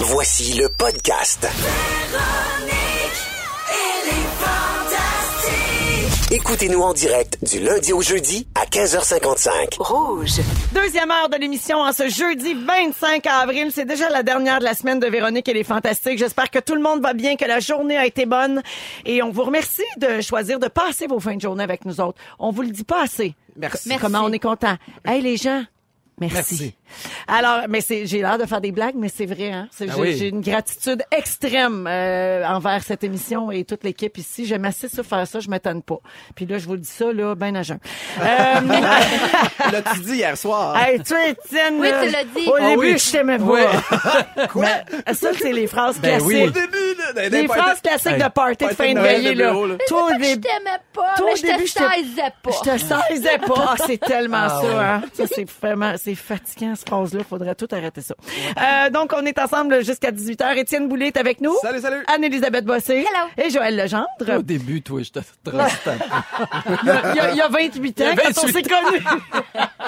Voici le podcast. Écoutez-nous en direct du lundi au jeudi à 15h55. Deuxième heure de l'émission en ce jeudi 25 avril. C'est déjà la dernière de la semaine de Véronique et les Fantastiques. J'espère que tout le monde va bien, que la journée a été bonne. Et on vous remercie de choisir de passer vos fins de journée avec nous autres. On vous le dit pas assez. Merci. C- Comment on est content. Hey, les gens. Merci. Merci. Alors, mais c'est, j'ai l'air de faire des blagues, mais c'est vrai. Hein? C'est- Ah j'ai, oui. j'ai une gratitude extrême euh, envers cette émission et toute l'équipe ici. J'aime assez ça faire ça, je m'étonne pas. Puis là, je vous le dis ça, là, ben à jeun. Euh, L'as-tu dit hier soir? Hey, tu es Étienne, Oui, là, tu l'as dit. Au Ah début, oui. je t'aimais pas. Quoi? ça, c'est les phrases Ben oui. classiques. début, là, dans Les dans les phrases classiques Hey, de party de party de fin de Noël de veillée, là. bureau, là. Toi, au Je début- t'aimais pas, toi, au mais je début, te je t'ai- saisais pas. Je te saisais pas. Ah, c'est tellement ça, hein. Ça, c'est vraiment, c'est fatigant, ce phrase-là. Faudrait tout arrêter ça. Euh, donc, on est ensemble jusqu'à 18h. Étienne Boulay est avec nous. Salut, salut. Anne-Elisabeth Bossé. Hello. Et Joël Legendre. Au début, toi, je te trustais. Il y a- il y a, il y a 28 ans, Il y a quand on 28 s'est connus.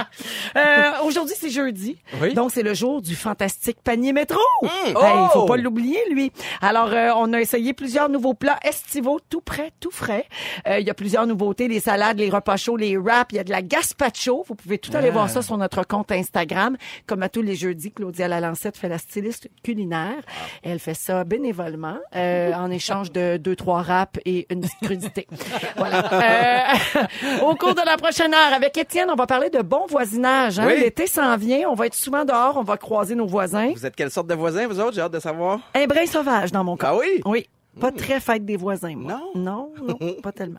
Euh, Aujourd'hui, c'est jeudi. Oui. Donc, c'est le jour du fantastique panier métro. Il Oh! faut pas l'oublier, lui. Alors, euh, on a essayé plusieurs nouveaux plats estivaux, tout prêt, tout frais. Euh, Il y a plusieurs nouveautés, les salades, les repas chauds, les wraps. Il y a de la gazpacho. Vous pouvez tout aller Ah. voir ça sur notre compte Instagram. Comme à tous les jeudis, Claudia Lalancette fait la styliste culinaire. Ah. Elle fait ça bénévolement, euh, en échange de deux, trois wraps et une petite crudité. voilà. Euh, au cours de la prochaine heure, avec Étienne, on va parler de bon voisinage. hein. Oui. L'été s'en vient, on va être souvent dehors, on va croiser nos voisins. Vous êtes quelle sorte de voisin, vous autres? J'ai hâte de savoir. Un brin sauvage dans mon cas. Ah oui? Oui. Pas très fête des voisins, moi. Non? Non, non, pas tellement.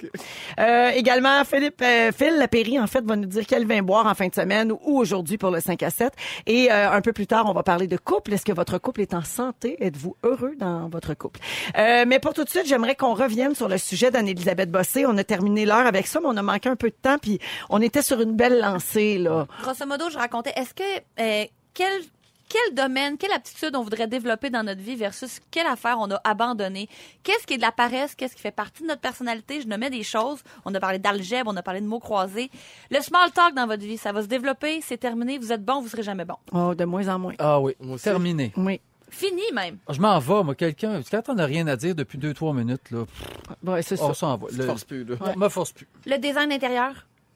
Euh, également, Philippe, euh, Phil Lapéry, en fait, va nous dire quel vin boire en fin de semaine ou aujourd'hui pour le 5 à 7. Et euh, un peu plus tard, on va parler de couple. Est-ce que votre couple est en santé? Êtes-vous heureux dans votre couple? Euh, mais pour tout de suite, j'aimerais qu'on revienne sur le sujet d'Anne-Élisabeth Bossé. On a terminé l'heure avec ça, mais on a manqué un peu de temps, puis on était sur une belle lancée, là. Grosso modo, je racontais, est-ce que euh, quel quel domaine, quelle aptitude on voudrait développer dans notre vie versus quelle affaire on a abandonnée? Qu'est-ce qui est de la paresse? Qu'est-ce qui fait partie de notre personnalité? Je nommais des choses. On a parlé d'algèbre, on a parlé de mots croisés. Le small talk dans votre vie, ça va se développer, c'est terminé, vous êtes bon, vous serez jamais bon. Oh, de moins en moins. Ah oui, Moi aussi. terminé. Oui. Fini même. Je m'en vais, moi, quelqu'un. Quand on n'a rien à dire depuis deux, trois minutes, là, pff, Ouais, c'est Oh, ça. on s'en va. Je Le- force plus, là. On me force plus. Le design intérieur.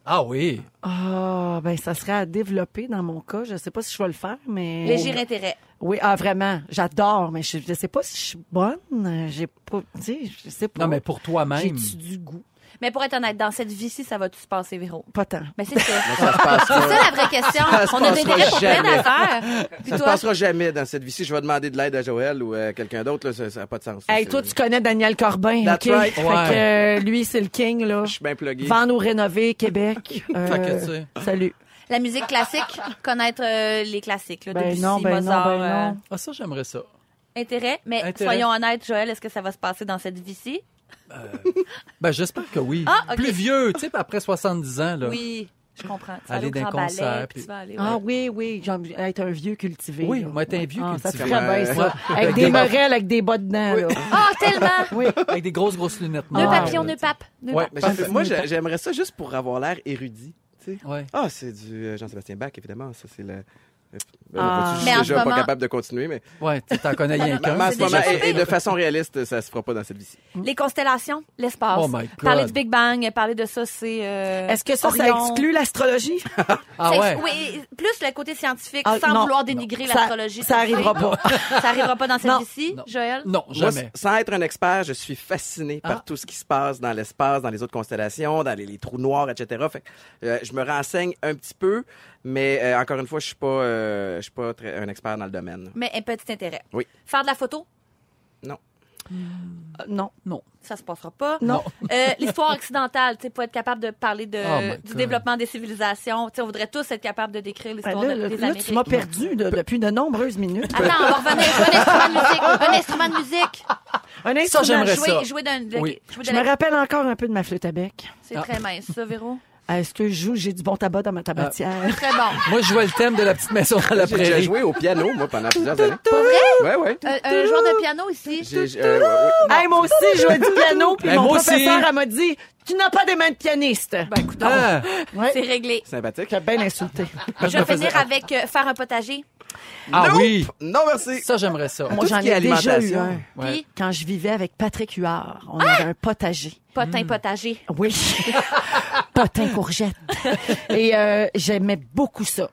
Ah oui. Ah, ben ça serait à développer dans mon cas. Je sais pas si je vais le faire, mais... Le gire intérêt. Oui, ah, vraiment. J'adore, mais je, je sais pas si je suis bonne. Euh, J'ai pas... Tu sais, je sais pas. Non, mais pour J'ai toi-même. du goût? Mais pour être honnête, dans cette vie-ci, ça va tout se passer, Véro? Pas tant. Mais c'est ça. Ça se passe C'est ça la vraie question. se On a des passera délais pour plein jamais. d'affaires. Puis Ça se toi, passera jamais dans cette vie-ci. Je vais demander de l'aide à Joël ou à quelqu'un d'autre. là. Ça n'a pas de sens. Hey, C'est- toi, tu connais Daniel Corbin, That's OK? right. Fait Ouais. que, euh, lui, c'est le king, là. Je suis bien plugué. Vendre ou rénover, Québec. Euh, Fait que, tu sais. salut. la musique classique, connaître euh, les classiques, là, Ben Debussy, non, ben non, Mozart, ben euh, non. Ah, ça, j'aimerais ça. intérêt. Mais Intérêt. soyons honnêtes, Joël, est-ce que ça va se passer dans cette vie-ci? Ben, j'espère que oui. Ah, ok. Plus vieux, tu sais, après 70 ans, là. Oui, je comprends. Tu vas aller Aller au dans grand un concert, ballet, puis puis- tu vas aller... Ah oui, ouais. oui, j'aime être un vieux cultivé. Oui, là. moi, être un vieux Ah, Ça cultivé. te ferait bien, ça. Avec des morelles, avec des bas dedans, là. Ah, tellement! Avec des grosses, grosses lunettes Deux Ah, noires, papillons, là, deux tu sais. papes. Deux Ouais, papes. Mais ben, ça fait- moi, j'ai- j'aimerais ça juste pour avoir l'air érudit. tu sais. ouais. Ah, c'est du euh, Jean-Sébastien Bach, évidemment. Ça, c'est le. Ben, Ah. vois-tu, Je Mais en suis ce déjà pas moment- capable de continuer, mais Ouais, tu t'en connais rien mais qu'un. en c'est ce moment, déjà et, et fait. de façon réaliste, ça se fera pas dans cette vie-ci. Les constellations, l'espace. Oh my God. Parler du Big Bang, parler de ça, c'est... euh, Est-ce que ça, ça Orion. exclut l'astrologie? Ah C'est- ouais. Oui, plus le côté scientifique, Ah, sans non. vouloir dénigrer Ça- ça l'astrologie. tu sais. arrivera pas. ça arrivera pas dans cette Non. vie-ci, Non. Joël? Ah, Non, Moi, jamais. s- sans être un expert, je suis fasciné par Ah. tout ce qui se passe dans l'espace, dans les autres constellations, dans les, les trous noirs, etc. Fait que, euh, je me renseigne un petit peu, mais euh, encore une fois, je suis pas, euh, je suis pas très- un expert dans le domaine. Mais un petit intérêt. Oui. Faire de la photo, Non. Euh, non. Non. ça se passera pas. Non. Euh, L'histoire occidentale, tu sais, pour être capable de parler de, Oh my du God. développement des civilisations. Tu sais, on voudrait tous être capable de décrire Ben l'histoire là, de- là, des là, Amériques. tu m'as perdu là, depuis de nombreuses minutes. Attends, on va revenir. Jouer un instrument de musique. Un instrument de musique. Un Ça, instrument, j'aimerais je- jouer, ça. Jouer d'un... de- Oui. jouer de Je la- me rappelle encore un peu de ma flûte à bec. C'est Ah. très mince, ça, Véro. Est-ce que je joue? J'ai du bon tabac dans ma tabatière. Très bon. Moi, je jouais le thème de la petite maison dans la J'ai déjà prairie. joué au piano, moi, pendant plusieurs années. Pas vrai? Ouais, ouais. Euh, Un, un joueur de piano ici. J'ai- j'ai- euh, ouais, ouais. Hey, moi aussi, je jouais du piano, puis Ben, mon moi aussi. professeur, elle m'a dit, tu n'as pas des mains de pianiste. Ben, écoute, Ah, Ouais. c'est réglé. Sympathique. J'ai bien insulté. Je vais finir avec euh, faire un potager. Ah Nope! oui! Non, merci. Ça, j'aimerais ça. Moi, tout ce j'en qui est ai déjà eu alimentation. un. Ouais. Puis, Quand je vivais avec Patrick Huard, on avait un potager. potin Mm. potager. Ah! Oui. Potin courgette. Et euh, j'aimais beaucoup ça.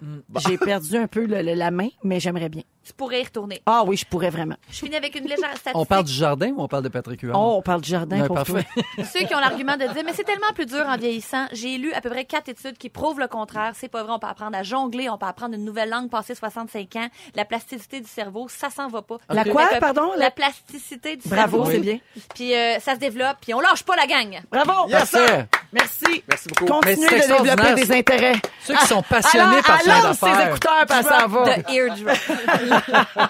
J'ai perdu un peu le- le- la main, mais j'aimerais bien. Tu pourrais y retourner. Ah oui, je pourrais vraiment. Je finis avec une légère statistique. On parle du jardin ou on parle de Patrick Huard? Oh, on parle du jardin Ben, Ouais, pour parfait. toi. Ceux qui ont l'argument de dire, mais c'est tellement plus dur en vieillissant. J'ai lu à peu près quatre études qui prouvent le contraire. C'est pas vrai. On peut apprendre à jongler, on peut apprendre une nouvelle langue passer 65 ans. La plasticité du cerveau, ça s'en va pas. La quoi, Fait que- pardon? La plasticité du cerveau. Bravo, Oui. c'est bien. Puis euh, ça se développe, puis on lâche pas la gang. Bravo. Yes, sir. Merci. Merci beaucoup. Continuez Mais c'est de développer extraordinaire, des ça. intérêts. Ceux qui sont passionnés par ce genre Alors, ses d'affaires. écouteurs, par ça va. The eardrum.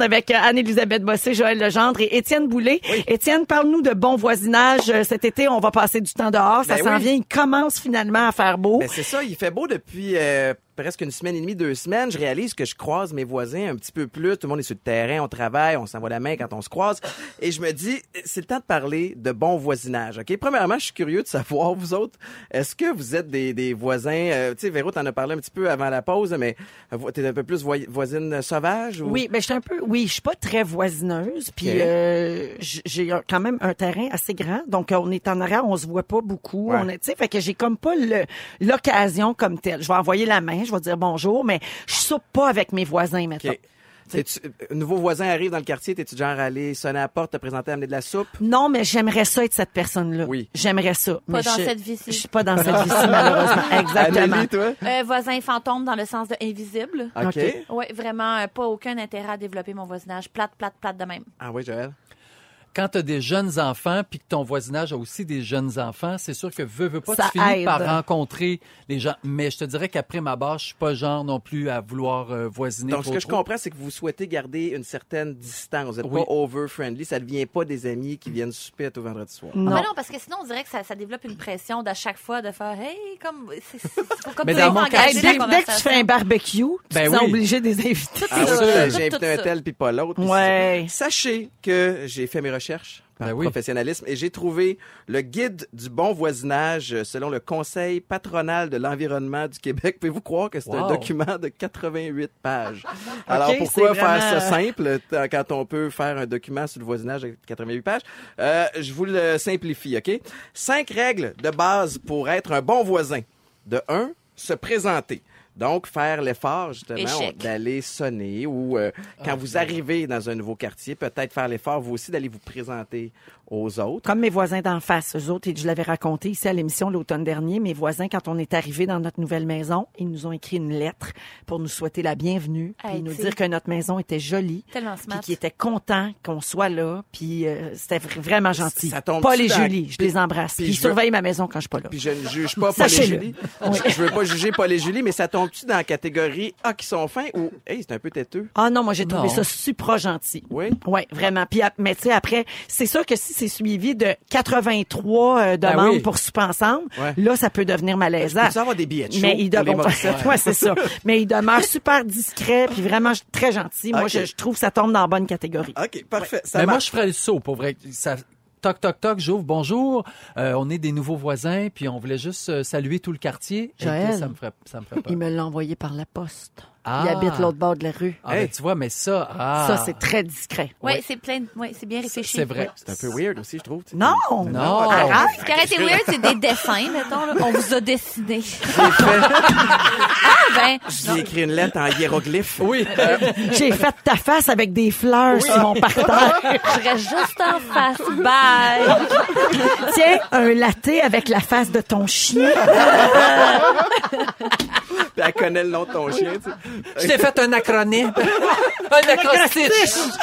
Avec euh, Anne-Élisabeth Bossé, Joël Legendre et Étienne Boulay. Étienne, parle-nous de bon voisinage. Euh, Cet été, on va passer du temps dehors. Ça Ben s'en oui. vient. Il commence finalement à faire beau. Ben, c'est ça, il fait beau depuis euh, presque une semaine et demie, deux semaines. Je réalise que je croise mes voisins un petit peu plus. Tout le monde est sur le terrain, on travaille, on s'envoie la main quand on se croise. Et je me dis, c'est le temps de parler de bon voisinage. Ok, Premièrement, je suis curieux de savoir, vous autres, est-ce que vous êtes des, des voisins... euh, tu sais, Véro, t'en as parlé un petit peu avant la pause, mais euh, vo- t'es un peu plus voy- voisine sauvage? Ou... Oui, mais je suis un peu. Oui, je suis pas très voisineuse. Puis Ok. euh, j- j'ai un- quand même un terrain assez grand, donc euh, on est en arrière, on se voit pas beaucoup. Ouais. On est, tu sais, fait que j'ai comme pas le- l'occasion comme telle. Je vais envoyer la main, je vais dire bonjour, mais je soupe pas avec mes voisins maintenant. Ok. T'es-tu- Un nouveau voisin arrive dans le quartier, t'es-tu genre allé sonner à la porte, te présenter, amener de la soupe? Non, mais j'aimerais ça être cette personne-là. Oui. J'aimerais ça. Pas dans cette vie-ci. Je suis pas dans cette vie-ci, malheureusement. Exactement. Amélie, toi? Euh, voisin fantôme dans le sens de invisible. OK. Ok. Oui, vraiment, euh, pas aucun intérêt à développer mon voisinage. Plate, plate, plate de même. Ah oui, Joël? Quand t'as des jeunes enfants, puis que ton voisinage a aussi des jeunes enfants, c'est sûr que veux, veux pas, Ça tu finis aide. par rencontrer les gens. Mais je te dirais qu'après ma barre, je suis pas genre non plus à vouloir euh, voisiner Donc, ce trop, que je trop. comprends, c'est que vous souhaitez garder une certaine distance. Vous n'êtes Oui. pas over-friendly. Ça ne devient pas des amis qui viennent souper au vendredi soir. Non. Ah ben non, parce que sinon, on dirait que ça, ça développe une pression d'à chaque fois de faire Hey, comme. c'est- c'est- faut comme Mais tu dans veux mon engager quartier- Hey, la dès, dès que tu conversation. fais un barbecue, tu Ben te sens oui. obligé des invités. Ah oui, sûr. euh, j'ai Tout invité un ça. tel puis pas l'autre. puis Ouais. c'est ça. Sachez que j'ai fait mes recherches par Ben oui. professionnalisme et j'ai trouvé le guide du bon voisinage euh, selon le Conseil patronal de l'environnement du Québec. Pouvez-vous croire que c'est un Wow. document de 88 pages? Alors, Ok, pourquoi c'est faire vraiment- ça simple euh, quand on peut faire un document sur le voisinage de 88 pages? Euh, je vous le simplifie, OK? Cinq règles de base pour être un bon voisin. De un, se présenter. Donc, faire l'effort, justement, Échec. on- d'aller sonner ou euh, Ah, quand vous ben. arrivez dans un nouveau quartier, peut-être faire l'effort, vous aussi, d'aller vous présenter aux autres. Comme mes voisins d'en face, eux autres, et je l'avais raconté ici à l'émission l'automne dernier, mes voisins, quand on est arrivé dans notre nouvelle maison, ils nous ont écrit une lettre pour nous souhaiter la bienvenue, puis Hey, nous t'sais. dire que notre maison était jolie, Tellement puis smart. qu'ils étaient contents qu'on soit là, puis euh, c'était vr- vraiment gentil. Ça tombe-tu Paul et dans- Julie, je puis- les embrasse, puis puis ils je veux- surveillent ma maison quand je suis pas là. Puis je ne juge pas Paul et Sachez-le. Julie. Je, je veux pas juger Paul et Julie, mais ça tombe-tu dans la catégorie « Ah, qui sont fins » ou « Hey, c'est un peu têteux Ah non, moi j'ai trouvé Non. ça super gentil. ». Oui. Oui, vraiment. Puis, ap- mais tu sais, après, c'est sûr que si c'est suivi de 83 euh, Ben demandes oui. pour souper ensemble, Ouais. là, ça peut devenir malaisant. Peux-tu avoir des billets de show Mais il pour les demeure, Maurice? ouais, c'est ça. Mais il demeure super discret, puis vraiment je- très gentil. Moi, Ok. Ah. je, je trouve que ça tombe dans la bonne catégorie. OK, parfait. Ça Ben, Mais moi, marche. je ferais le saut, pour vrai. Ça... Toc, toc, toc, j'ouvre, bonjour. Euh, on est des nouveaux voisins, puis on voulait juste euh, saluer tout le quartier. Et Joël. puis, ça me ferait, ça me ferait peur. Il me l'a envoyé par la poste. Ah. Il habite l'autre bord de la rue. Ah, ben, Hey. tu vois, mais ça, ah. Ça, c'est très discret. Oui, c'est plein. de- Ouais, c'est bien c'est- réfléchi. Ah, c'est vrai. C'est un peu weird aussi, je trouve. tu sais. Non! Non. Arrête! Ce qui aurait été weird, c'est des dessins, mettons. là. On vous a dessiné. ah ben, J'ai écrit une lettre en hiéroglyphe. Oui. euh, J'ai fait ta face avec des fleurs sur mon parterre. je reste juste en face. Bye. Tiens, un latte avec la face de ton chien. Puis elle connaît le nom de ton chien. tu sais. Je t'ai fait un acronyme. un acrostiche.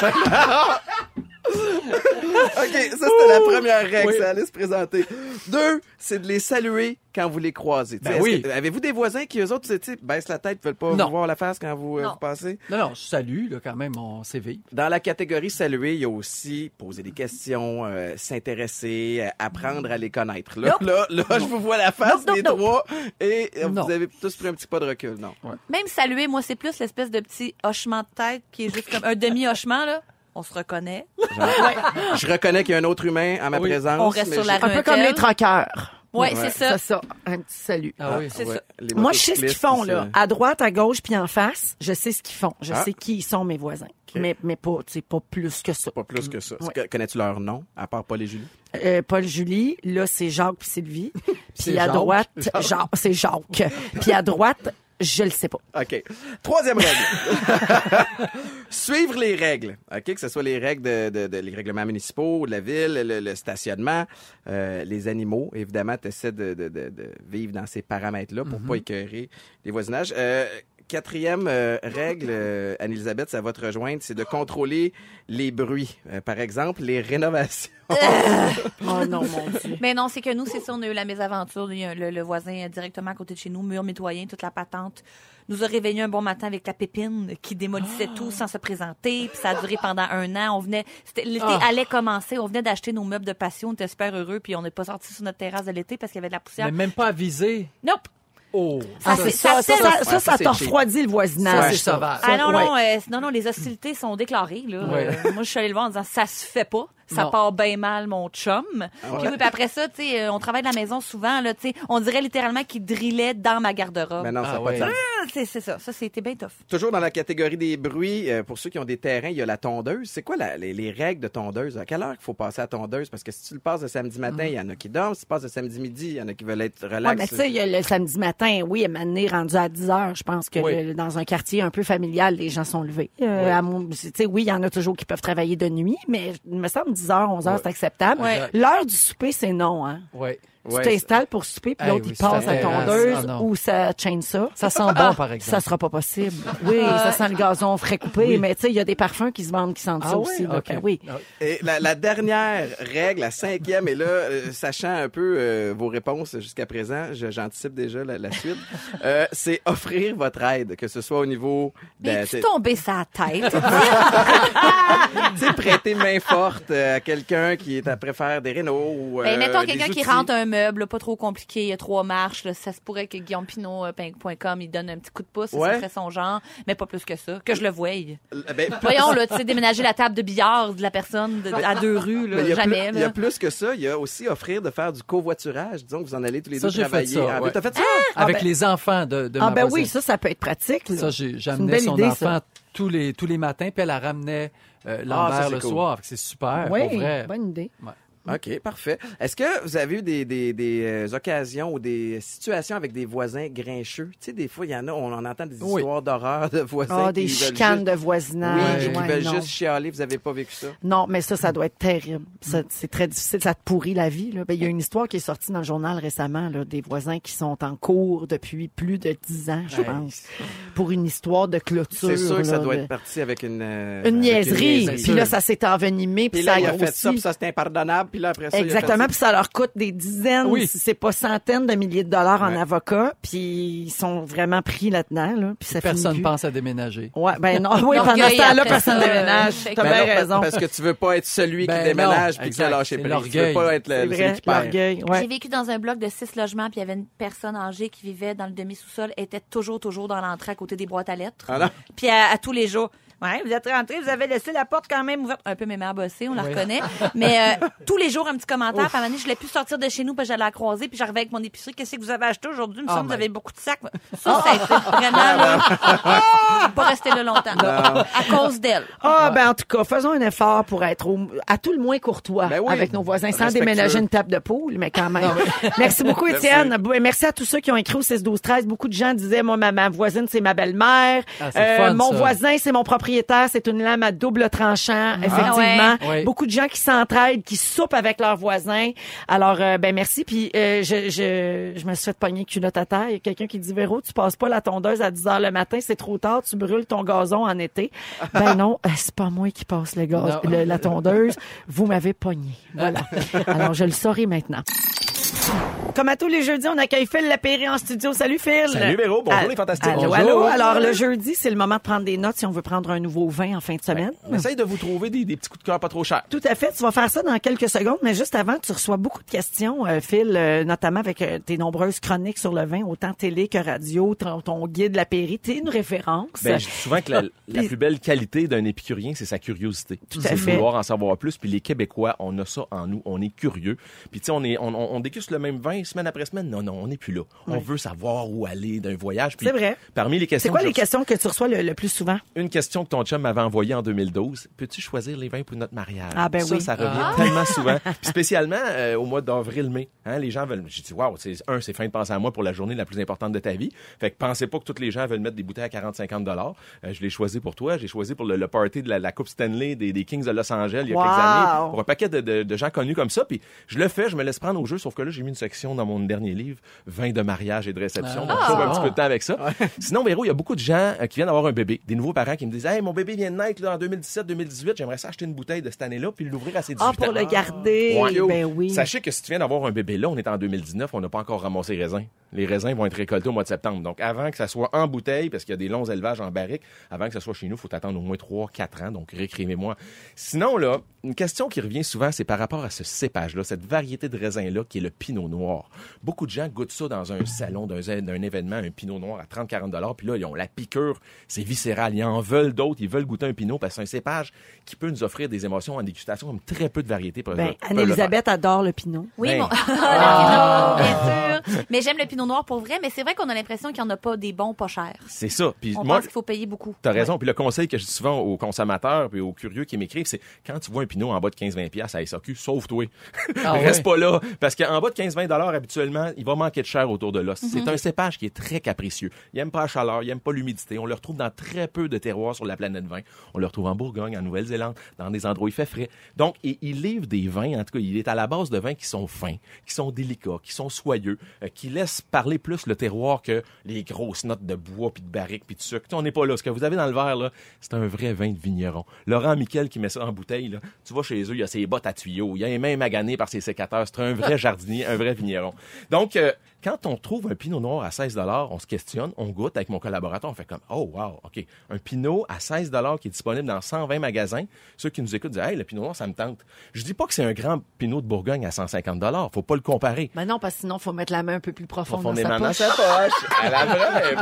OK, ça, c'était la première règle. Ça allait se présenter. Deux, c'est de les saluer quand vous les croisez. Tu sais, Ben est-ce oui. que- Avez-vous des voisins qui, eux autres, tu sais, baissent la tête, veulent pas Non. vous voir la face quand vous, euh, Non. vous passez? Non, non, je salue, là, quand même, on s'éveille. Dans la catégorie saluer, il y a aussi poser des questions, euh, s'intéresser, euh, apprendre à les connaître. Là, là, là, je vous vois la face Nope, nope, des nope. trois et euh, Non. vous avez tous pris un petit pas de recul. Non. Même saluer, moi, c'est plus l'espèce de petit hochement de tête qui est juste comme un demi-hochement, là. On se reconnaît. Je reconnais qu'il y a un autre humain à ma Oui. présence. On reste mais sur je- la Un peu comme les troqueurs. Ouais, c'est ça. C'est ça. Un petit salut. Ah oui. C'est Ouais, ça. les euh, Moi, je sais ce qu'ils motocyclistes, font, ils là. se- À droite, à gauche, puis en face, je sais ce qu'ils font. Je Ah. sais qui ils sont mes voisins. Mais, mais pas, tu sais, pas plus que ça. Pas plus que ça. Ouais. Que- Connais-tu leur nom, à part Paul et Julie? Euh, Paul Julie, là, c'est Jacques puis Sylvie. C'est Puis à Jacques. droite, Jacques, c'est Jacques. Puis à droite, je le sais pas. OK. Troisième règle. Suivre les règles. OK, que ce soit les règles de, de- de- les règlements municipaux, de la ville, le, le stationnement, euh, les animaux. Évidemment, tu essaies de, de- de- de vivre dans ces paramètres-là pour Mhm. pas écœurer les voisinages. Euh, Quatrième euh, règle, euh, Anne-Elisabeth, ça va te rejoindre, c'est de contrôler les bruits. Euh, par exemple, les rénovations. Oh non, mon Dieu. Mais non, c'est que nous, c'est ça, on a eu la mésaventure. Il y a Le, le voisin euh, directement à côté de chez nous, mur mitoyen, toute la patente, nous a réveillés un bon matin avec la pépine qui démolissait tout sans se présenter. Puis ça a duré pendant un an. On venait, c'était- l'été allait commencer. On venait d'acheter nos meubles de passion. On était super heureux. Puis on n'est pas sorti sur notre terrasse de l'été parce qu'il y avait de la poussière. Mais même pas avisé. Nope. Oh. Ah, Ça, c'est ça, ça, ça, ça, ça, ça, ça, ça c'est te cheap. refroidit le voisinage. Ça, c'est Ça, sauvage. ça, Ah non, ouais. non, euh, non, non, les hostilités sont déclarées. Là. Ouais. Euh, moi, je suis allée le voir en disant ça se fait pas, ça Non. part bien mal, mon chum. Puis, ouais. oui, puis après ça, tu sais, euh, on travaille de la maison souvent, là, tu sais, on dirait littéralement qu'il drillait dans ma garde-robe. Mais non, ça Ah a pas de ouais. sens. Ah, c'est c'est ça, ça c'était bien tough. Toujours dans la catégorie des bruits, euh, pour ceux qui ont des terrains, il y a la tondeuse. C'est quoi la- les, les règles de tondeuse? À quelle heure qu'il faut passer à tondeuse? Parce que si tu le passes le samedi matin, Mm. il y en a qui dorment. Si tu passes le samedi midi, il y en a qui veulent être Ouais, relax. mais tu sais, il y a le samedi matin, oui, à m'amener rendu à 10 heures, je pense que Oui. le- dans un quartier un peu familial, les gens sont levés. Euh, à mon- tu sais, oui, il y en a toujours qui peuvent travailler de nuit, mais il me semble 10 heures, 11 heures, c'est acceptable. Ouais. L'heure du souper, c'est non, hein. Ouais. Ouais, tu t'installes pour souper, puis Hey, l'autre, oui, il passe c'est à intéressant. tondeuse Ah, non. ou ça chaîne ça. Ça sent bon, par exemple. Ça sera pas possible. Oui, ça sent le gazon frais coupé, mais tu sais, il y a des parfums qui se vendent qui sentent ça Ah ouais? aussi. là. Ok. Ben oui. Ah, Et la, la dernière règle, la cinquième, et là, euh, sachant un peu euh, vos réponses jusqu'à présent, je- j'anticipe déjà la, la suite, euh, c'est offrir votre aide, que ce soit au niveau... de- Mais tu Ben, c'est- Euh, tombé sa tête. tu sais, prêter main forte euh, à quelqu'un qui est après faire des rénaux ou... Ben, euh, mettons des quelqu'un qui outils. rentre un meuble, là, pas trop compliqué, il y a trois marches, là, ça se pourrait que euh, guillaumepinot.com, il donne un petit coup de pouce, Ouais. ça serait son genre, mais pas plus que ça, que je le voie. Euh, ben, plus- Voyons, là, tu sais, déménager la table de billard de la personne de- à deux rues, là, Mais il y a plus- jamais. Il y là. a plus que ça. Il y a aussi offrir de faire du covoiturage. Disons que vous en allez tous les Ça, deux j'ai fait travailler. ça, Ah, ouais. T'as fait ça? Avec ben- les enfants de, de Ah ma ben voisine. oui, ça, ça peut être pratique. là. Ça, j'ai- C'est une j'amenais belle son idée, ça. enfant tous les, tous les matins, puis elle la ramenait euh, Ah, ça, Lambert c'est le cool. soir. Fait que C'est super, pour Oui, vrai. bonne idée. Ah! OK, parfait. Est-ce que vous avez eu des, des, des, euh, occasions ou des situations avec des voisins grincheux? Tu sais, des fois, il y en a, on en entend des Oui. histoires d'horreur de voisins. Ah, des qui veulent chicanes juste- de Oui, voisinage. qui ouais, veulent non. juste chialer. Vous avez pas vécu ça? Non, mais ça, ça doit être terrible. Ça, Mm. C'est très difficile. Ça te pourrit la vie. Là. Ben, il y a une histoire qui est sortie dans le journal récemment là, des voisins qui sont en cours depuis plus de dix ans, je Ouais. pense, pour une histoire de clôture. C'est sûr que ça là, doit de- être parti avec une... euh, une avec niaiserie. niaiserie. Puis là, ça s'est envenimé, puis Puis ça là, a il a grossi. fait ça, puis ça, c'était impardonnable. Puis là, après ça, il a fait Exactement, ça. puis ça leur coûte des dizaines, Oui. si c'est pas centaines de milliers de dollars en Ouais. avocats, puis ils sont vraiment pris là-dedans, là, puis ça Personne finit plus. pense à déménager. Ouais, ben non, oui, pendant L'orgueil ce temps-là, après personne ça, euh, déménage. fait T'as que- bien Ben non, pa- raison. Parce que tu veux pas être celui Ben qui déménage non, puis qui a exact. lâché C'est prise. Tu veux l'orgueil. pas être le, C'est celui vrai, qui perd. l'orgueil, ouais. J'ai vécu dans un bloc de six logements, puis il y avait une personne âgée qui vivait dans le demi-sous-sol, elle était toujours, toujours dans l'entrée à côté des boîtes à lettres. Ah non? Puis à, à tous les jours. Ouais, vous êtes rentrés, vous avez laissé la porte quand même ouverte. Un peu mes mères bossées, on la Oui. reconnaît. Mais euh, tous les jours, un petit commentaire. Puis à un moment donné, je l'ai pu sortir de chez nous, puis j'allais la croiser, puis j'arrivais avec mon épicerie. Qu'est-ce que vous avez acheté aujourd'hui? Il me Oh semble que vous my- avez beaucoup de sacs. Ça, ça a été vraiment... là, ah, pas rester là longtemps. À cause d'elle. Ah, ben en tout cas, faisons un effort pour être au- à tout le moins courtois Ben oui. avec nos voisins, sans Respectueux. déménager une table de poule, mais quand même. Merci beaucoup, Étienne. Bo- Merci. à tous ceux qui ont écrit au 6-12-13. Beaucoup de gens disaient, moi, ma, ma voisine, c'est ma belle-mère. Euh, Ah, c'est fun, mon ça. voisin, c'est mon propriétaire. C'est une lame à double tranchant, effectivement. ouais. Ouais. Beaucoup de gens qui s'entraident, qui soupent avec leurs voisins. Alors, euh, ben merci. Puis euh, je, je, je me suis fait pogner culotte à terre. Il y a quelqu'un qui dit, Véro, tu passes pas la tondeuse à 10 heures le matin, c'est trop tard, tu brûles ton gazon en été. Ben non, euh, c'est pas moi qui passe le gaz, Non. le- la tondeuse. Vous m'avez pogné. Voilà. Alors, je le saurai maintenant. Comme à tous les jeudis, on accueille Phil Lapéry en studio. Salut Phil. Salut, Véro. Bonjour, Ah, les fantastiques. Allô, Bonjour. allô. Alors, le jeudi, c'est le moment de prendre des notes si on veut prendre un nouveau vin en fin de semaine. On essaye de vous trouver des, des petits coups de cœur pas trop chers. Tout à fait. Tu vas faire ça dans quelques secondes, mais juste avant, tu reçois beaucoup de questions, euh, Phil, euh, notamment avec euh, tes nombreuses chroniques sur le vin, autant télé que radio, ton, ton guide La Péri. T'es une référence. Ben, je dis souvent que la, la Puis- plus belle qualité d'un épicurien, c'est sa curiosité. Tout à C'est fait. vouloir en savoir plus. Puis les Québécois, on a ça en nous. On est curieux. Puis tu sais, on, est- on, on, on déguste le le même vin semaine après semaine. Non, non, on n'est plus là. On veut savoir où aller d'un voyage. Puis C'est vrai. Parmi les questions. C'est quoi que les j'ai questions que tu reçois le, le plus souvent? une question que ton chum m'avait envoyée en 2012. Peux-tu choisir les vins pour notre mariage? Ah, ben ça, oui. Ça revient tellement souvent. Puis spécialement euh, au mois d'avril-mai. Hein, les gens veulent... J'ai dit, wow, c'est- un, c'est fin de penser à moi pour la journée la plus importante de ta vie. Fait que pensez pas que tous les gens veulent mettre des bouteilles à 40-50 dollars. Euh, je l'ai choisi pour toi. J'ai choisi pour le, le party de la, la Coupe Stanley des, des Kings de Los Angeles il y a quelques Wow. années. Pour un paquet de, de- de gens connus comme ça. Puis je le fais, je me laisse prendre au jeu. Sauf que là, j'ai mis une section dans mon dernier livre, vins de mariage et de réception. Ah. Donc, je sauve un Ah. petit peu de temps avec ça. Sinon, Véro, il y a beaucoup de gens euh, qui viennent d'avoir un bébé, des nouveaux parents qui me disent Hey, mon bébé vient de naître là, en 2017-2018, j'aimerais ça acheter une bouteille de cette année-là puis l'ouvrir à ses 18 Ah, pour ans. le garder. Ouais. Ben oui. Sachez que si tu viens d'avoir un bébé là, on est en 2019, on n'a pas encore ramassé les raisins. Les raisins vont être récoltés au mois de septembre. Donc, avant que ça soit en bouteille, parce qu'il y a des longs élevages en barrique, avant que ça soit chez nous, il faut attendre au moins 3-4 ans. Donc, récrivez-moi. Sinon, là, une question qui revient souvent, c'est par rapport à ce cépage-là, cette variété de raisin-là qui est le pinot noir. Beaucoup de gens goûtent ça dans un salon, dans un, d'un événement, un pinot noir à 30-40 Puis là, ils ont la piqûre, c'est viscéral. Ils en veulent d'autres, ils veulent goûter un pinot parce que c'est un cépage qui peut nous offrir des émotions en dégustation comme très peu de variétés peuvent- Ben, peuvent le faire. Anne-Elisabeth adore le pinot. Oui, Ben. mon... Le Pinot, bien sûr. Mais j'aime le pinot noir pour vrai, mais c'est vrai qu'on a l'impression qu'il n'y en a pas des bons pas chers. C'est ça. Puis On moi, pense qu'il faut payer beaucoup. t'as raison. Puis le conseil que je dis souvent aux consommateurs puis aux curieux qui m'écrivent, c'est quand tu vois un pinot en bas de 15-20 pièces à SAQ, sauve-toi. Ah Reste ouais. pas là. Parce qu'en bas de 15-20 dollars, habituellement, il va manquer de chair autour de l'os. Mhm. C'est un cépage qui est très capricieux. Il aime pas la chaleur, il aime pas l'humidité. On le retrouve dans très peu de terroirs sur la planète vin. On le retrouve en Bourgogne, en Nouvelle-Zélande, dans des endroits où il fait frais. Donc, et il livre des vins, en tout cas, il est à la base de vins qui sont fins, qui sont délicats, qui sont soyeux, euh, qui laissent parler plus le terroir que les grosses notes de bois, puis de barrique, puis de sucre. Tu sais, on n'est pas là. Ce que vous avez dans le verre, là, c'est un vrai vin de vigneron. Laurent Miquel qui met ça en bouteille, là, tu vas chez eux, il y a ses bottes à tuyaux, il y a les mains maganées par ses sécateurs. C'est un vrai jardinier, un vrai vigneron. Donc, euh, quand on trouve un pinot noir à 16 on se questionne, on goûte avec mon collaborateur, on fait comme, oh wow, OK, un pinot à 16 qui est disponible dans 120 magasins. Ceux qui nous écoutent disent, hey, le pinot noir, ça me tente. Je dis pas que c'est un grand pinot de Bourgogne à 150 faut pas le comparer. Ben non, parce que sinon, faut mettre la main un peu plus profonde dans sa Profondément dans poche. sa poche. À la vraie, elle est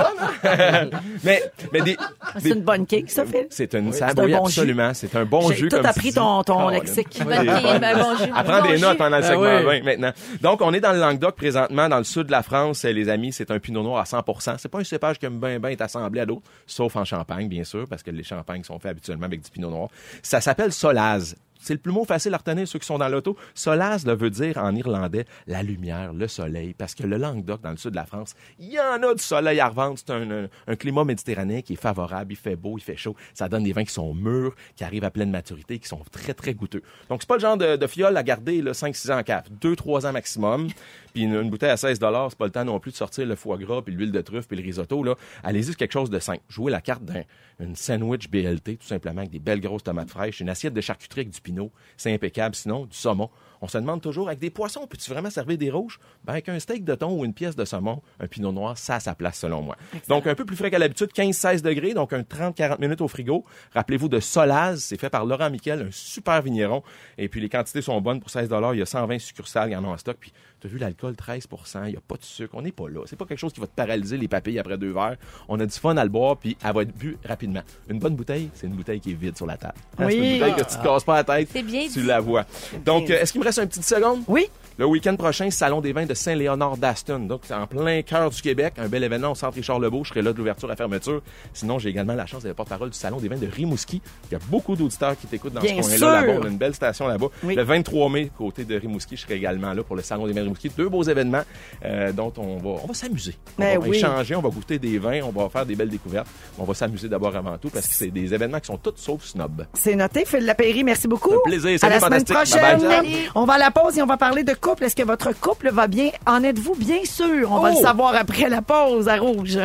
bonne, hein? mais, mais des, Ah, C'est des- une bonne cake, ça, Phil. c'est une Oui, ça c'est un oui, bon absolument. C'est un bon J'ai jeu. tout comme tu appris dis. Ah, ton- ton Caroline. lexique. Oui, Bonne c'est game, ben, bon. bon jeu, Apprends bon des jeu. notes pendant le Ah Ben segment oui. 20 maintenant. Donc, on est dans le Languedoc présentement, dans le sud de la France, eh, les amis. C'est un pinot noir à 100 C'est pas un cépage qui aime bien, bien être assemblé à d'autres, sauf en Champagne, bien sûr, parce que les champagnes sont faits habituellement avec du pinot noir. Ça s'appelle Solaz. C'est le plus mot facile à retenir, ceux qui sont dans l'auto. Solaz le veut dire en irlandais la lumière, le soleil, parce que le Languedoc, dans le sud de la France, il y en a du soleil à revendre. C'est un, un- un climat méditerranéen qui est favorable, il fait beau, il fait chaud. Ça donne des vins qui sont mûrs, qui arrivent à pleine maturité, qui sont très, très goûteux. Donc, c'est pas le genre de, de fiole à garder 5-6 ans en cave. 2-3 ans maximum. Puis une, une bouteille à 16 c'est pas le temps non plus de sortir le foie gras, puis l'huile de truffe, puis le risotto. Là. Allez-y sur quelque chose de simple. Jouez la carte d'un une sandwich BLT, tout simplement, avec des belles grosses tomates fraîches, une assiette de charcuterie avec du pinot. C'est impeccable. Sinon, du saumon. On se demande toujours, avec des poissons, peux-tu vraiment servir des rouges? Ben, avec un steak de thon ou une pièce de saumon, un pinot noir, ça a sa place, selon moi. Donc, un peu plus frais qu'à l'habitude, 15-16 degrés, donc un 30-40 minutes au frigo. Rappelez-vous de Solaz, c'est fait par Laurent Miquel, un super vigneron. Et puis, les quantités sont bonnes pour 16 Il y a 120 succursales, il y en a en stock. Puis, tu as vu l'alcool, 13 il n'y a pas de sucre. On n'est pas là. C'est pas quelque chose qui va te paralyser les papilles après deux verres. On a du fun à le boire, puis elle va être bu rapidement. Une bonne bouteille, c'est une bouteille qui est vide sur la table. Hein, C'est Oui. une bouteille que tu te casses pas la tête. C'est bien Tu dit. la vois. Donc, euh, est-ce qu'il me reste une petite seconde? Oui. Le week-end prochain, Salon des vins de Saint-Léonard d'Aston. Donc, c'est en plein cœur du Québec. Un bel événement au centre Richard Lebeau. Je serai là de l'ouverture à fermeture. Sinon, j'ai également la chance d'être porte-parole du Salon des vins de Rimouski. Il y a beaucoup d'auditeurs qui t'écoutent dans Bien ce sûr. coin-là. Là-bas, on a une belle station là-bas. Oui. Le 23 mai, côté de Rimouski, je serai également là pour le Salon des vins de Rimouski. Deux beaux événements euh, dont on va, on va s'amuser. On Ben va oui. échanger, on va goûter des vins, on va faire des belles découvertes. On va s'amuser d'abord avant tout parce que c'est des événements qui sont tous sauf snob. C'est noté, Phil Lapéry, merci beaucoup. Un plaisir, À salut, la semaine fantastique. prochaine. Bye bye. On va à la pause et on va parler de couple. Est-ce que votre couple va bien? En êtes-vous bien sûr? On va le Oh! savoir après la pause à Rouge.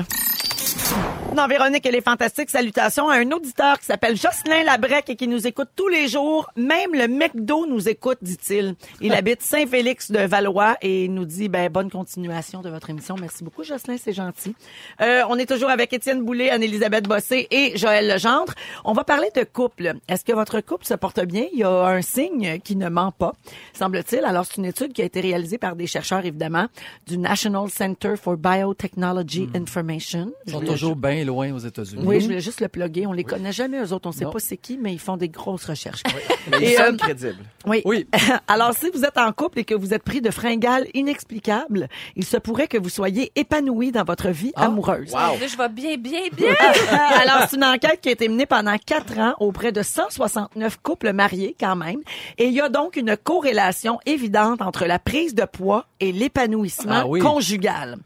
Non, Véronique, elle est fantastique. Salutations à un auditeur qui s'appelle Jocelyn Labrec et qui nous écoute tous les jours. Même le McDo nous écoute, dit-il. Il habite Saint-Félix de Valois et il nous dit ben, bonne continuation de votre émission. Merci beaucoup, Jocelyn, c'est gentil. Euh, on est toujours avec Étienne Boulay, Anne-Élisabeth Bossé et Joël Legendre. On va parler de couple. Est-ce que votre couple se porte bien? Il y a un signe qui ne ment pas, semble-t-il. Alors, c'est une étude qui a été réalisée par des chercheurs, évidemment, du National Center for Biotechnology Information. Ils Je sont le- toujours bien loin aux États-Unis. Oui, je voulais juste le plugger. On les connaît jamais, eux autres. On sait pas c'est qui, mais ils font des grosses recherches. Mais Et, ils euh, sont crédibles. Oui. Oui. Alors, si vous êtes en couple et que vous êtes pris de fringales inexplicables, il se pourrait que vous soyez épanoui dans votre vie amoureuse. Là, Je vais bien, bien, bien. Alors, c'est une enquête qui a été menée pendant quatre ans auprès de 169 couples mariés, quand même. Et il y a donc une corrélation évidente entre la prise de poids et l'épanouissement Ah oui. conjugal.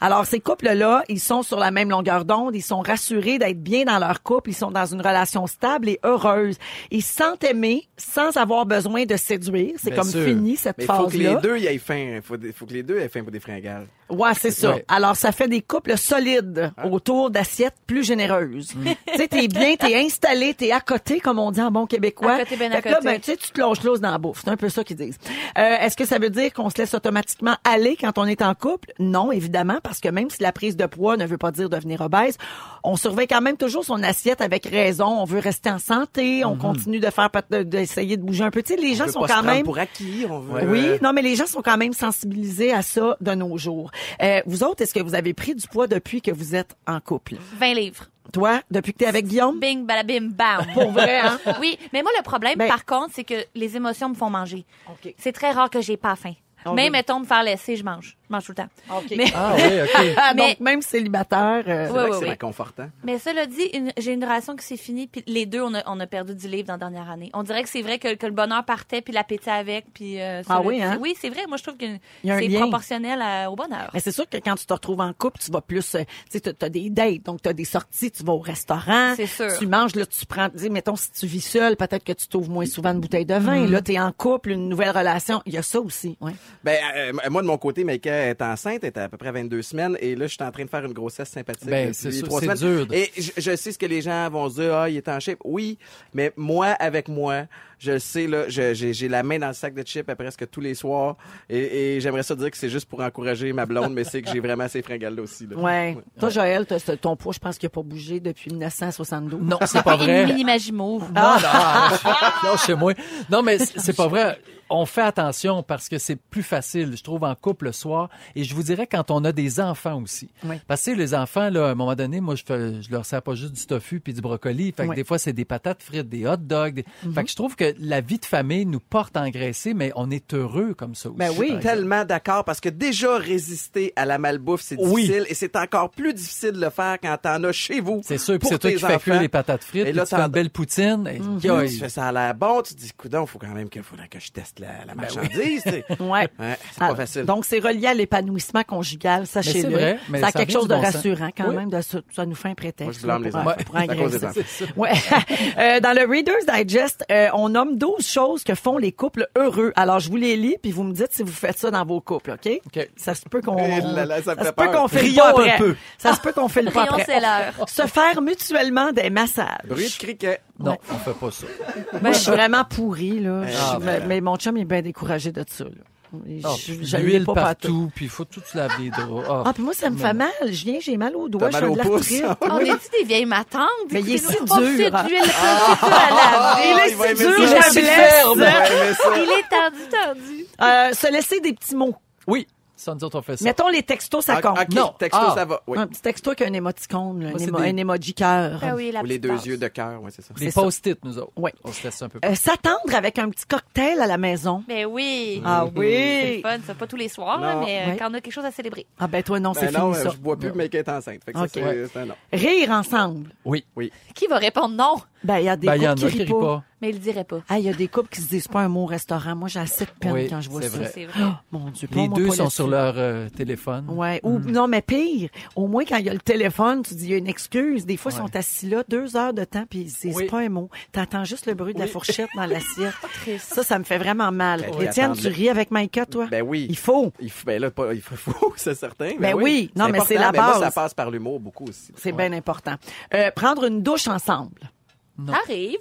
Alors, ces couples-là, ils sont sur la même longueur d'onde, ils sont rassurés d'être bien dans leur couple, ils sont dans une relation stable et heureuse. Ils se sentent aimés sans avoir besoin de séduire. C'est Bien comme sûr. fini cette Mais il faut que les phase-là. deux y aillent fin. Faut, des- faut que les deux aient fin pour des fringales. Ouais, c'est ça. Ouais. Alors, ça fait des couples solides Hein? autour d'assiettes plus généreuses. Hum. tu sais, t'es bien, t'es installé, t'es à côté, comme on dit en bon québécois. À côté, ben à Fait que là, côté. ben, tu sais, tu te lâches l'os dans la bouffe. C'est un peu ça qu'ils disent. Euh, Est-ce que ça veut dire qu'on se laisse automatiquement aller quand on est en couple? Non, évidemment, parce que même si la prise de poids ne veut pas dire devenir obèse, on surveille quand même toujours son assiette avec raison. On veut rester en santé, on continue de faire, peut- de- d'essayer de bouger un peu. Tu sais, les On gens peut sont pas se quand prendre même... pour acquis. On veut, Oui, euh, non, mais les gens sont quand même sensibilisés à ça de nos jours. Euh, vous autres, est-ce que vous avez pris du poids depuis que vous êtes en couple? 20 livres. Toi, depuis que t'es avec Guillaume? Bing, balabim, bam. Pour vrai, hein? Oui, mais moi, le problème, Ben- par contre, c'est que les émotions me font manger. OK. C'est très rare que j'ai pas faim. On Même, veut- mettons, me faire laisser, je mange. Je mange tout le temps. OK. Mais, Ah oui, OK. Ah, Mais- Donc, même célibataire, euh, Ouais, c'est vrai que ouais, c'est ouais. réconfortant. mais cela dit, une- j'ai une relation qui s'est finie, puis les deux, on a, on a perdu du livre dans la dernière année. On dirait que c'est vrai que, que le bonheur partait, puis l'appétit avec, puis... euh, Ah cela oui, dit- hein? Oui, c'est vrai. Moi, je trouve que Il y a un c'est lien. proportionnel à- au bonheur. Mais c'est sûr que quand tu te retrouves en couple, tu vas plus, euh, tu sais, t'as- t'as des dates, donc t'as des sorties, tu vas au restaurant, C'est sûr. tu manges, là, tu prends, dis, mettons, si tu vis seul, peut-être que tu t'ouvres moins souvent une bouteille de vin, Mm-hmm. là, t'es en couple, une nouvelle relation, il y a ça aussi, ouais. Ben, euh, moi, de mon côté, Maïka est enceinte, elle est à peu près 22 semaines, et là, je suis en train de faire une grossesse sympathique. Ben, depuis c'est sûr, trois c'est semaines. dur. Et je, je sais ce que les gens vont dire, ah, il est en shape. Oui, mais moi, avec moi, je le sais, là, je- j'ai j'ai la main dans le sac de chips à presque tous les soirs, et, et j'aimerais ça dire que c'est juste pour encourager ma blonde, mais c'est que j'ai vraiment ces fringales-là aussi. Là. Ouais. Toi, Joël, t'as- t'as- ton poids, je pense qu'il a pas bougé depuis 1972. Non, c'est pas Et Ah, une vrai. mini Magimauve. Ah, Non, non, non, chez moi. Non, mais c'est c'est pas vrai. On fait attention parce que c'est plus facile, je trouve, en couple le soir. Et je vous dirais quand on a des enfants aussi. Oui. Parce que tu sais, les enfants, là, à un moment donné, moi, je, fais- je leur sers pas juste du tofu puis du brocoli. Fait que Oui. des fois, c'est des patates frites, des hot dogs. des- Fait que je trouve que la vie de famille nous porte à engraisser, mais on est heureux comme ça aussi. Ben oui. par exemple. Tellement d'accord, parce que déjà résister à la malbouffe, c'est Oui. difficile, et c'est encore plus difficile de le faire quand t'en as chez vous. C'est sûr, puis pour c'est toi tes qui fais cuire enfants. les patates frites, Et et là, tu fais t'en- une belle poutine. et- Là, Yoï. tu fais ça a l'air bon, tu te dis, coudon, faut quand même que, faudrait que je teste la, la marchandise. tu sais. Ben Ouais. Ouais, c'est pas Ah, facile. Donc, c'est relié à l'épanouissement conjugal, c'est sachez-le. vrai, mais ça a ça quelque vient chose du de bon sens. rassurant quand Oui. même. De, ça, ça nous fait un prétexte. Moi, je blâme là, les pour- enfants. pour C'est à cause engraisser. des enfants. Ouais. Euh, dans le Reader's Digest, euh, on nomme 12 choses que font les couples heureux. Alors, je vous les lis, puis vous me dites si vous faites ça dans vos couples, OK? OK. Ça se peut qu'on... Eh là là, ça me se fait peut peur. qu'on file Rions pas un après. peu. Ça se peut qu'on file pas Rions, après. c'est l'heure. Se faire mutuellement des massages. Bruit de criquet. Non, on fait pas ça. Moi, je suis vraiment pourrie, là. Eh, Je- Ah, mais, mais mon chum, il est bien découragé de ça, là. Oh, Je- puis je- je l'ai L'huile pas partout. partout, puis il faut tout se laver les draps. Ah. Ah, puis moi, ça me fait mal. Je viens, j'ai mal aux doigts, T'as je mal suis au de pouce. l'arthrite. On est-tu des vieilles matantes? Oh, Mais il est Écoutez-nous. si Oh, dur, c'est hein. du- c'est dur à laver. Ah, il va aimer dur, ça. je Il va me aimer blesse. ça. Il va aimer ça. Il est tendu, tendu. Euh, se laisser des petits mots. Oui, ça nous autres, on fait ça. Mettons les textos, ça compte. Ah, ok, Non. texto, Ah. ça va. Oui. Un petit texto avec un émoticône, là, un, Moi, c'est émo- des- un emoji cœur. Ah oui, la Ou les petite deux tasse. yeux de cœur, oui, c'est ça. Des c'est ça. post-it, nous autres. Ouais. On se laisse ça un peu. Euh, S'attendre avec un petit cocktail à la maison. Mais oui. Mm-hmm. Ah C'est oui! le fun, ça pas tous les soirs, Non. là, mais euh, Ouais. quand on a quelque chose à célébrer. Ah ben toi, non, c'est Ben non, fini ça. je bois plus, mais qu'elle est enceinte. Fait que Ok. ça, c'est- c'est un non. Rire ensemble. Oui. Qui va répondre non? Ben, il y a des Ben, il y en couples a qui qui rient rient pas. pas. Mais il le dirait pas. Ah, il y a des couples qui se disent pas un mot au restaurant. Moi, j'ai assez de peine Oui, quand je vois ça. Oh, c'est vrai. C'est vrai. Mon Dieu, Les prends-moi deux pas sont là-dessus. sur leur euh, téléphone. Ouais. Ou, Mm. non, mais pire, au moins quand il y a le téléphone, tu dis il y a une excuse. Des fois, ils sont assis là deux heures de temps puis ils disent Oui. pas un mot. T'entends juste le bruit de la fourchette dans l'assiette. Triste. ça, ça me fait vraiment mal. Ben, oui. Étienne, Attends, tu mais- ris avec Maïka, toi? Ben oui. Il faut. Il faut, ben là, pas, il faut- faut, c'est certain. Ben oui. Non, mais c'est important. la Ben Moi, ça base. passe par l'humour beaucoup aussi. C'est bien important. Euh, prendre une douche ensemble. Arrive.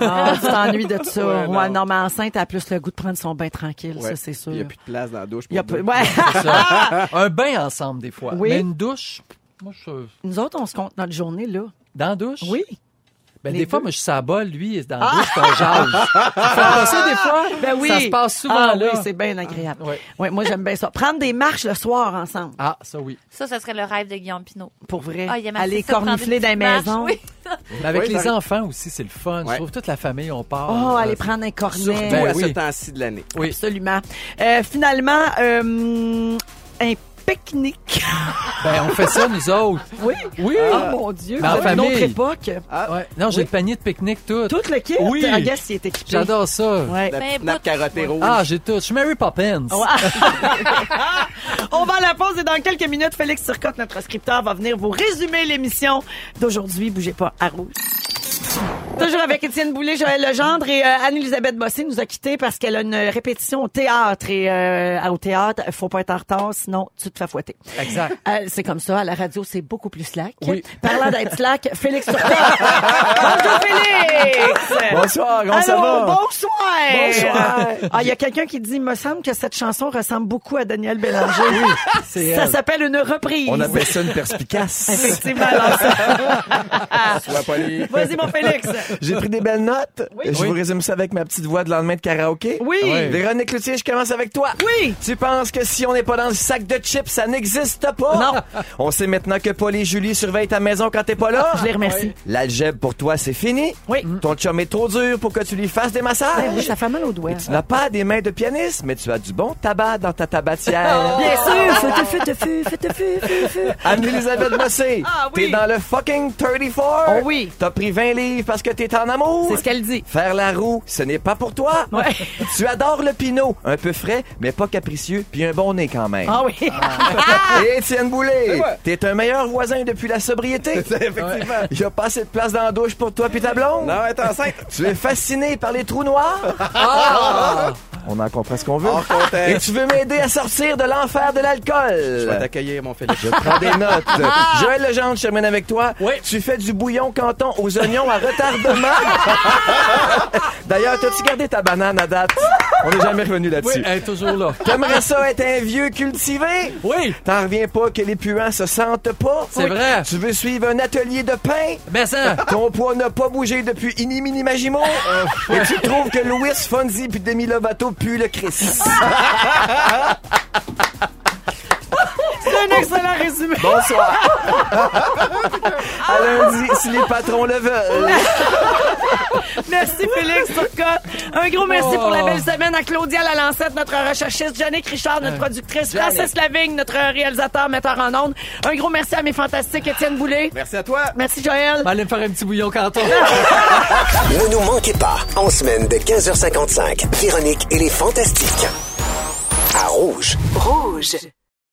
Ah, tu t'ennuies de ça. Ouais, Ouais, non. non. mais enceinte, elle a plus le goût de prendre son bain tranquille, Ouais. ça, c'est sûr. Il n'y a plus de place dans la douche. Il y a pour peu- deux. Ouais. Ça. un bain ensemble, des fois. Oui. Mais une douche, moi, je... Nous autres, on se compte notre journée, là. dans la douche, Oui. Ben, Les des fois, deux? Ah! moi, je suis à bol, lui, et dans le bouche, je jase. Ça fait pas ça, des fois? Ben oui. Ça se passe souvent, Ah là. oui, c'est bien agréable. Ouais. Ouais, moi, j'aime bien ça. Prendre des marches le soir ensemble, Ah, ça, oui. Ça, ce serait le rêve de Guillaume Pinot. pour vrai. Ah, il aimait Aller ça, prendre cornifler des dans les petites maisons. marches, Mais avec Oui, les ça- enfants aussi, c'est le fun. Je Ouais. trouve toute la famille, on part. Oh, Euh, aller prendre un Surtout cornet. Ben à oui. ce temps-ci de l'année. Oui. Absolument. Euh, finalement, euh, un pique-nique. Ben, on fait ça, nous autres. Oui. Oui. Oh mon Dieu, Ben, en c'est une autre famille. époque. Ouais. Non, j'ai le panier de pique-nique, tout. Tout le kit, Oui. I guess, il est équipé. J'adore ça. Ouais. La Ben, petite pas nappe de- carottée rouge. Ah, j'ai tout. Je suis Mary Poppins. On va à la pause et dans quelques minutes, Félix Turcotte, notre scripteur, va venir vous résumer l'émission d'aujourd'hui. Bougez pas à rouge. Toujours avec Étienne Boulay, Joël Legendre et euh, Anne-Elisabeth Bossé nous a quittés parce qu'elle a une répétition au théâtre. Et euh, au théâtre, faut pas être en retard, sinon tu te fais fouetter. Exact. Euh, c'est comme ça, à la radio, c'est beaucoup plus slack. Oui. Parlant d'être slack, Félix Turcotte. Bonjour Félix! Bonsoir, comment Allô, ça va? bonsoir! Bonsoir! Ah, il y a quelqu'un qui dit, me semble que cette chanson ressemble beaucoup à Daniel Bélanger. c'est ça elle. s'appelle une reprise. On appelle ça une perspicace. Effectivement, alors ça- Sois poli. Vas-y, mon Félix. J'ai pris des belles notes. Oui. Je Oui. vous résume ça avec ma petite voix de lendemain de karaoké. Oui. Oui. Véronique Cloutier, je commence avec toi. Oui. Tu penses que si on n'est pas dans le sac de chips, ça n'existe pas? Non. On sait maintenant que Paul et Julie surveillent ta maison quand t'es pas là. Je les remercie. L'algèbre pour toi, c'est fini. Mm. Oui. Ton chum est trop dur pour que tu lui fasses des massages. Ben oui, ça fait mal aux doigts. Tu n'as pas des mains de pianiste, mais tu as du bon tabac dans ta tabatière. Bien sûr, feu, feu, feu, feu, feu, feu, feu. Anne-Elisabeth Bossé, Ah oui. t'es dans le fucking 34. Oh oui. T'as pris 20 livres parce que t'es en amour. C'est ce qu'elle dit. Faire la roue, ce n'est pas pour toi. Ouais. Tu adores le pinot, un peu frais, mais pas capricieux, puis un bon nez quand même. Ah oui. Étienne Boulay, t'es un meilleur voisin depuis la sobriété. Effectivement. Il y a pas assez de place dans la douche pour toi puis ta blonde. Non, elle est enceinte. Tu es fasciné par les trous noirs. On en comprend ce qu'on veut. Hors Et contexte. tu veux m'aider à sortir de l'enfer Je de vais l'alcool. t'accueillir, mon Félix. Prends des notes. Joël Legendre, je termine avec toi. Oui. Tu fais du bouillon canton aux oignons à retardement. D'ailleurs, t'as-tu gardé ta banane à date? On n'est jamais revenu Oui, là-dessus. elle est toujours là. T'aimerais ça être un vieux cultivé? Oui. T'en reviens pas que les puants se sentent pas? C'est vrai. Tu veux suivre un atelier de pain? Mais ça. Ton poids n'a pas bougé depuis Iniminimaginaux? Oh. Et tu trouves que Louis Fonzi puis Demi Lovato pue le Christ? C'est un excellent résumé. Bonsoir. à lundi, si les patrons le veulent. Merci Félix Turcotte. Un gros merci Oh. pour la belle semaine à Claudia Lalancette, notre recherchiste, Jannick Richard, notre productrice, Francis Lavigne, notre réalisateur, metteur en ondes. Un gros merci à mes fantastiques Étienne Boulay. Merci à toi. Merci Joël. Ben, Allez me faire un petit bouillon canton. Ne nous manquez pas, en semaine de 15h55, Véronique et les Fantastiques. À Rouge. Rouge.